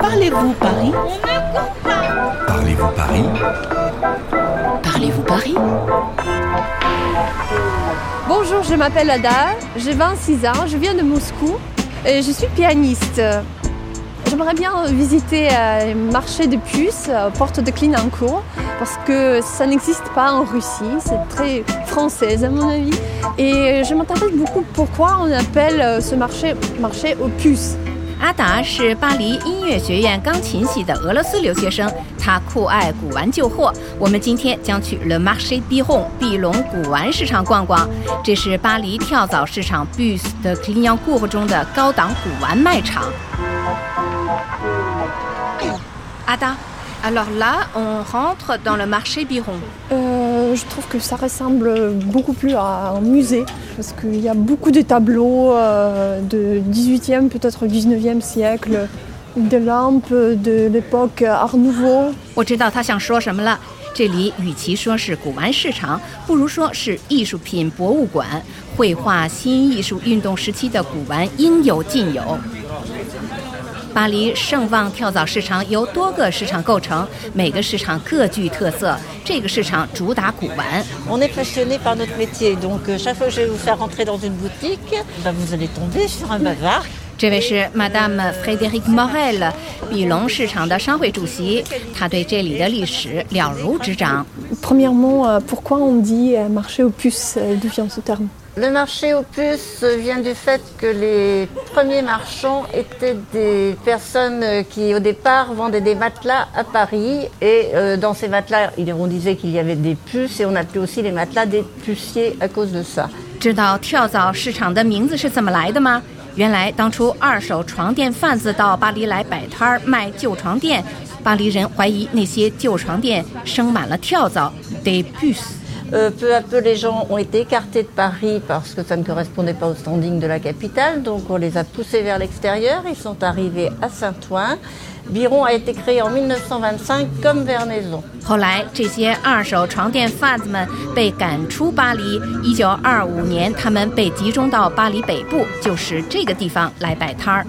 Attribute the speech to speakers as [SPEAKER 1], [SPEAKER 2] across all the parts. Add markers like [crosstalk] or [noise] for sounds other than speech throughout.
[SPEAKER 1] Parlez-vous Paris
[SPEAKER 2] Parlez-vous Paris
[SPEAKER 1] Parlez-vous Paris
[SPEAKER 3] Bonjour, je m'appelle Ada, j'ai 26 ans, je viens de Moscou et je suis pianiste. J'aimerais bien visiter euh, le marché des puces, euh, porte de Clignancourt, parce que ça n'existe pas en Russie, c'est très française à mon avis. Et je m'intéresse beaucoup pourquoi on appelle euh, ce marché marché aux puces.
[SPEAKER 4] 阿达是巴黎音乐学院钢琴系的俄罗斯留学生，他酷爱古玩旧货。我们今天将去 Le Marché Biron 碧龙古玩市场逛逛，这是巴黎跳蚤市场 Bus 的 c l i g n a n c o u r 中的高档古玩卖场。阿达，alors là on rentre dans le marché Biron。
[SPEAKER 3] Euh, je trouve que ça ressemble beaucoup plus à un musée, parce qu'il y a beaucoup de tableaux euh, de 18e, peut-être 19e siècle, des lampes de l'époque Art Nouveau.
[SPEAKER 4] 我知道他想说什么了。这里与其说是古玩市场，不如说是艺术品博物馆，绘画新艺术运动时期的古玩应有尽有。巴黎圣旺跳蚤市场由多个市场构成，每个市场各具特色。这个市场主打古玩，
[SPEAKER 5] On est passionné par notre métier, donc euh, chaque fois que je vais vous faire rentrer dans une boutique, ben, vous allez tomber sur un bavard.
[SPEAKER 4] 这位是 Madame Frédéric Morel，比隆市场的商会主席，他对这里的历史了如指掌。
[SPEAKER 3] Premièrement, euh, pourquoi on dit euh, marché aux puces euh, D'où vient ce terme
[SPEAKER 6] Le marché aux puces vient du fait que les premiers marchands étaient des personnes euh, qui, au départ, vendaient des matelas à Paris. Et euh, dans ces matelas, il- on disait qu'il y avait des puces et on appelait aussi les matelas des puciers à cause de ça.
[SPEAKER 4] 知道跳蚤市场的名字是怎么来的吗？原来当初二手床垫贩子到巴黎来摆摊儿卖旧床垫，巴黎人怀疑那些旧床垫生满了跳蚤 d e b u s
[SPEAKER 6] Euh, peu à peu, les gens ont été écartés de Paris parce que ça ne correspondait pas au standing de la capitale. Donc, on les a poussés vers l'extérieur. Ils sont arrivés à Saint-Ouen. Biron a été créé en 1925 comme Vernaison.
[SPEAKER 4] 后来，这些二手床垫贩子们被赶出巴黎。一九二五年，他们被集中到巴黎北部，就是这个地方来摆摊儿。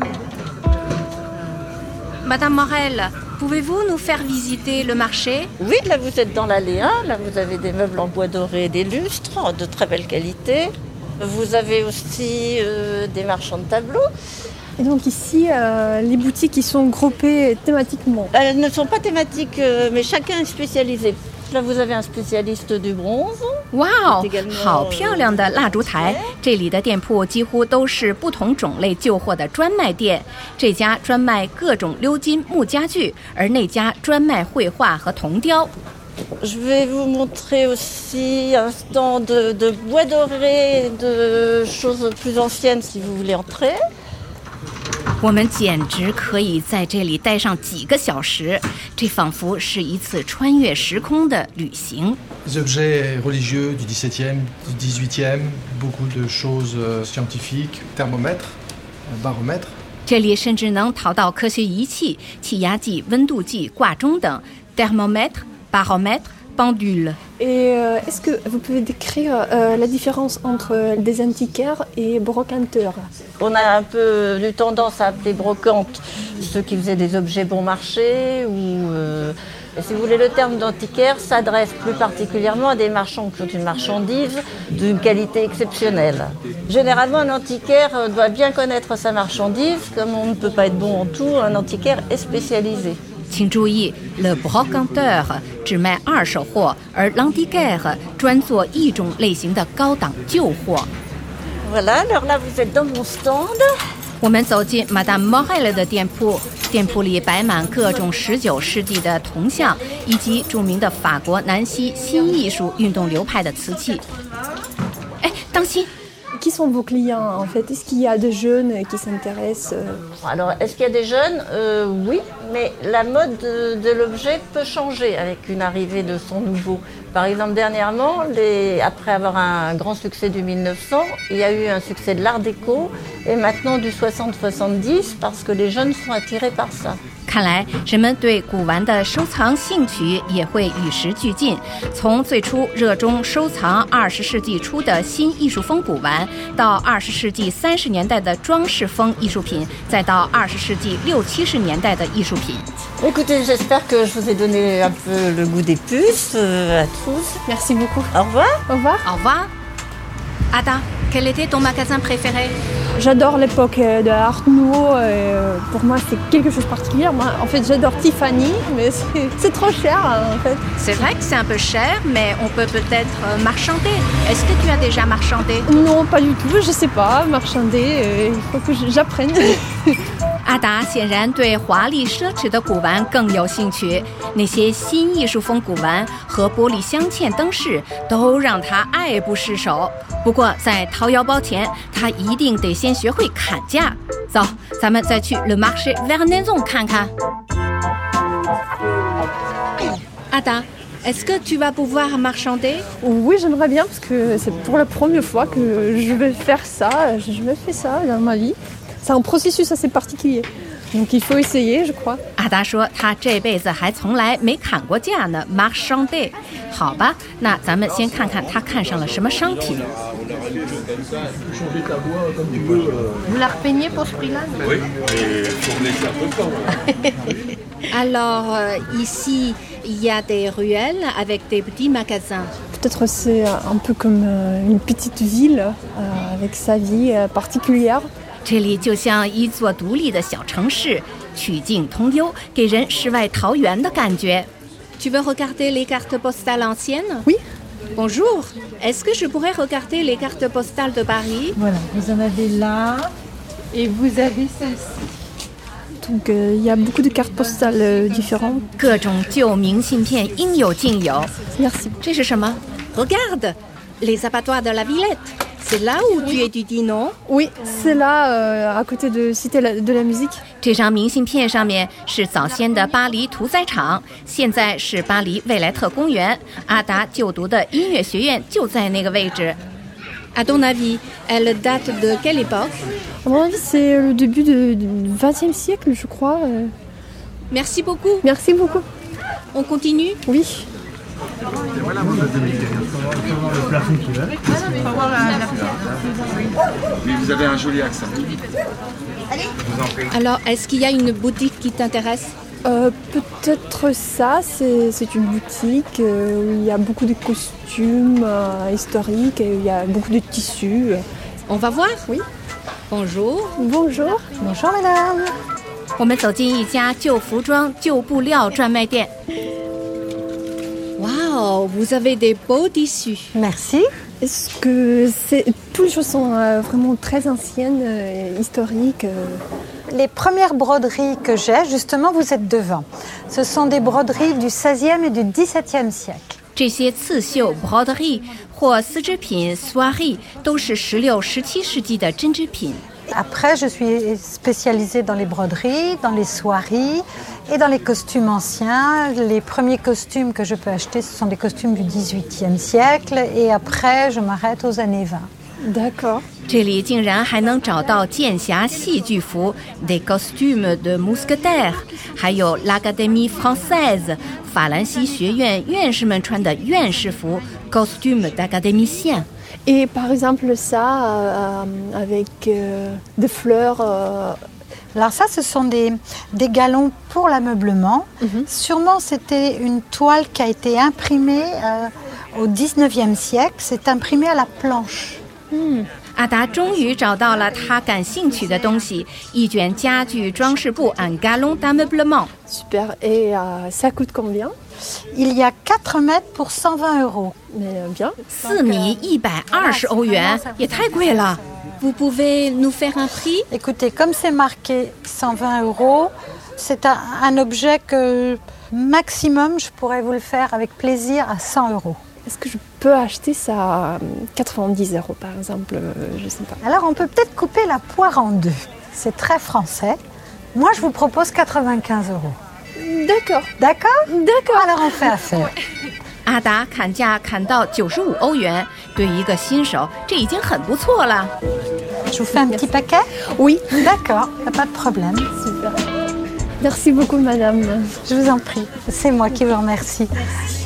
[SPEAKER 4] Madame Morel, pouvez-vous nous faire visiter le marché?
[SPEAKER 6] Oui, là vous êtes dans l'allée 1, là vous avez des meubles en bois doré et des lustres de très belle qualité. Vous avez aussi euh, des marchands de tableaux. Euh,
[SPEAKER 3] Et donc ici, euh, les boutiques ils sont groupées thématiquement.
[SPEAKER 6] Elles ne sont pas thématiques, euh, mais chacun est spécialisé. Là vous avez un spécialiste du bronze.
[SPEAKER 4] 哇哦
[SPEAKER 6] Également，
[SPEAKER 4] 好漂亮的蜡烛台！这里的店铺几乎都是不同种类旧货的专卖店。这家专卖各种鎏金木家具，而那家专卖绘画和铜雕。
[SPEAKER 6] Je vais vous montrer aussi un stand de, de bois doré, et de choses plus anciennes si vous voulez entrer.
[SPEAKER 4] 我们简直可以在这里待上几个小时，这仿佛是一次穿越时空的旅行。
[SPEAKER 7] Les objets religieux du 17e, du 18e, beaucoup de choses euh, scientifiques, thermomètre, euh, baromètre.
[SPEAKER 4] 这里甚至能淘到科学仪器、气压计、温度计、挂钟等 （thermometer、barometer、pendule）。
[SPEAKER 3] Et euh, est-ce que vous pouvez décrire euh, la différence entre euh, des antiquaires et brocanteurs
[SPEAKER 6] On a un peu eu tendance à appeler brocante ceux qui faisaient des objets bon marché ou, euh, si vous voulez, le terme d'antiquaire s'adresse plus particulièrement à des marchands qui ont une marchandise d'une qualité exceptionnelle. Généralement, un antiquaire euh, doit bien connaître sa marchandise. Comme on ne peut pas être bon en tout, un antiquaire est spécialisé.
[SPEAKER 4] 请注意，Le Brocanteur 只卖二手货，而 Landiger 专做一种类型的高档旧货。
[SPEAKER 6] Voilà, alors là, vous êtes dans mon stand.
[SPEAKER 4] 我们走进 Madame Morel 的店铺，店铺里摆满各种19世纪的铜像，以及著名的法国南希新艺术运动流派的瓷器。哎，当心！
[SPEAKER 3] Qui sont vos clients en fait Est-ce qu'il y a des jeunes qui s'intéressent euh,
[SPEAKER 6] Alors, est-ce qu'il y a des jeunes Euh, Oui, mais la mode de, de l'objet peut changer avec une arrivée de son nouveau. Par exemple, dernièrement, les- après avoir un grand succès du 1900, il y a eu un succès de l'art déco et maintenant du 60-70 parce que les jeunes sont attirés par ça.
[SPEAKER 4] 看来人们对古玩的收藏兴趣也会与时俱进，从最初热衷收藏二十世纪初的新艺术风古玩，到二十世纪三十年代的装饰风艺术品，再到二十世纪六七十年代的艺术品。
[SPEAKER 5] Écoutez, j'espère que je vous ai donné un peu le goût des puces euh, à tous.
[SPEAKER 3] Merci beaucoup.
[SPEAKER 5] Au revoir.
[SPEAKER 3] Au revoir.
[SPEAKER 4] Au revoir. Ada, quel était ton magasin préféré
[SPEAKER 3] J'adore l'époque euh, de Art Nouveau. et, euh, pour moi, c'est quelque chose de particulier. Moi, en fait, j'adore Tiffany, mais c'est- [laughs] c'est trop cher, hein, en fait.
[SPEAKER 4] C'est vrai que c'est un peu cher, mais on peut peut-être euh, marchander. Est-ce que tu as déjà marchandé
[SPEAKER 3] Non, pas du tout. Je sais pas. Marchander, euh, il faut que je- j'apprenne. [laughs]
[SPEAKER 4] 阿达显然对华丽奢侈的古玩更有兴趣，那些新艺术风古玩和玻璃镶嵌灯饰都让他爱不释手。不过在掏腰包前，他一定得先学会砍价。走，咱们再去 Le Marché Vernaison 看看。阿达，est-ce que tu vas pouvoir marchander？
[SPEAKER 3] oui, j'aimerais bien parce que c'est pour la première fois que je vais faire ça. J'ai jamais fait ça dans ma vie. C'est un processus assez particulier. Donc il faut essayer, je crois.
[SPEAKER 4] 阿达说他这辈子还从来没砍过价呢。Mark s h a n d a y 好吧，那咱们先看看他看上了什么商品。
[SPEAKER 3] Vous la repeignez pour ce prix-là
[SPEAKER 4] [laughs] Alors euh, ici, il y a des ruelles avec des petits magasins.
[SPEAKER 3] Peut-être c'est un peu comme euh, une petite ville euh, avec sa vie euh, particulière.
[SPEAKER 4] 这里就像一座独立的小城市，曲径通幽，给人世外桃源的感觉。Tu veux regarder les cartes postales anciennes
[SPEAKER 3] Oui.
[SPEAKER 4] Bonjour. Est-ce que je pourrais regarder les cartes postales de Paris
[SPEAKER 8] Voilà, vous en avez là. Et vous avez celle-ci.
[SPEAKER 3] Donc euh, il y a beaucoup de cartes postales euh, différentes.
[SPEAKER 4] 各种旧明信片应有尽有。
[SPEAKER 3] Merci.
[SPEAKER 4] 这是什么？Regarde, les abattoirs de la Villette. C'est là où tu étudies, non？
[SPEAKER 3] Oui, c'est là, euh, à côté de Cité la- de la musique.
[SPEAKER 4] 这张明信片上面是早先的巴黎屠宰场，现在是巴黎未来特公园。阿达就读的音乐学院就在那个位置。À ton avis, elle date de quelle époque
[SPEAKER 3] À mon avis, c'est le début de- du XXe siècle, je crois. euh.
[SPEAKER 4] Merci beaucoup.
[SPEAKER 3] Merci beaucoup.
[SPEAKER 4] On continue.
[SPEAKER 3] Oui.
[SPEAKER 9] vous avez un joli accent.
[SPEAKER 4] Alors, est-ce qu'il y a une boutique qui t'intéresse
[SPEAKER 3] Euh, Peut-être ça, c'est c'est une boutique euh, où il y a beaucoup de costumes euh, historiques, et où il y a beaucoup de tissus.
[SPEAKER 4] On va voir.
[SPEAKER 3] Oui.
[SPEAKER 4] Bonjour.
[SPEAKER 3] Bonjour.
[SPEAKER 8] Bonjour madame.
[SPEAKER 4] 我们走进一家旧服装、旧布料专卖店。Wow, vous avez des beaux tissus.
[SPEAKER 8] Merci.
[SPEAKER 3] Est-ce que c'est toutes les choses sont euh, vraiment très anciennes, euh, et historiques euh.
[SPEAKER 8] Les premières broderies que j'ai, justement, vous êtes devant. Ce sont des broderies du 16e et du 17e siècle.
[SPEAKER 4] 这些刺绣 （broderie） 或丝织品 （soierie） 都是16、17世纪的针织品。
[SPEAKER 8] Après, je suis spécialisée dans les broderies, dans les soieries et dans les costumes anciens. Les premiers costumes que je peux acheter, ce sont des costumes du 18e siècle. Et après, je m'arrête aux années 20.
[SPEAKER 3] D'accord.
[SPEAKER 4] 这里竟然还能找到剑侠戏剧服 （des costumes de mousquetaires），还有 l'Académie française 法兰西学院院士们穿的院士服 （costumes d'académiciens）。
[SPEAKER 3] Et par exemple ça euh, euh, avec euh, des fleurs. euh,
[SPEAKER 8] Alors ça, ce sont des, des galons pour l'ameublement. Sûrement, c'était une toile qui a été imprimée euh, au 19e siècle. C'est imprimé à la planche.
[SPEAKER 4] 阿达终于找到了他感兴趣的东西——一卷家具装饰布 （un galon d'ameublement）。
[SPEAKER 3] Super. Et euh, ça coûte combien
[SPEAKER 8] Il y a 4 mètres pour 120 euros.
[SPEAKER 3] Mais euh, bien.
[SPEAKER 4] 四米一百二十欧元，也太贵了。Vous pouvez nous faire un prix？
[SPEAKER 8] Écoutez, comme c'est marqué 120 euros, c'est un, un objet que maximum, je pourrais vous le faire avec plaisir à 100 euros.
[SPEAKER 3] Est-ce que je peux acheter ça à euh, 90 euros par exemple euh, Je sais pas.
[SPEAKER 8] Alors on peut peut-être couper la poire en deux. C'est très français. Moi, je vous propose 95 euros.
[SPEAKER 3] D'accord.
[SPEAKER 8] D'accord
[SPEAKER 3] D'accord.
[SPEAKER 8] Alors on fait affaire.
[SPEAKER 4] 阿达砍价砍到九十五欧元，对于一个新手，这已经很不错了。
[SPEAKER 8] Je vous fais un petit paquet
[SPEAKER 3] Oui.
[SPEAKER 8] D'accord, y a pas de problème.
[SPEAKER 3] Super. Merci beaucoup, madame.
[SPEAKER 8] Je vous en prie. C'est moi qui vous remercie.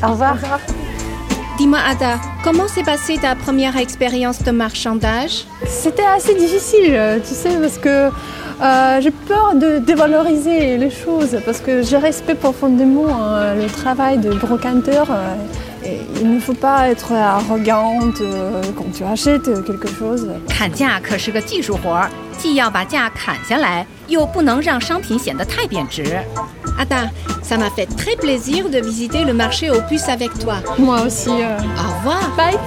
[SPEAKER 8] Au revoir.
[SPEAKER 9] Dis-moi, Ada, comment s'est passée ta première expérience de marchandage
[SPEAKER 3] C'était assez difficile, tu sais, parce que euh, j'ai peur de dévaloriser les choses, parce que je respecte profondément hein, le travail de brocanteur. euh, et il ne faut pas être arrogante euh, quand tu achètes quelque chose.
[SPEAKER 4] 砍价可是个技术活儿，既要把价砍下来，又不能让商品显得太贬值。
[SPEAKER 9] Ada, ça m'a fait très plaisir de visiter le marché aux puces avec toi.
[SPEAKER 3] Moi aussi. euh,
[SPEAKER 9] Au revoir
[SPEAKER 3] Bye.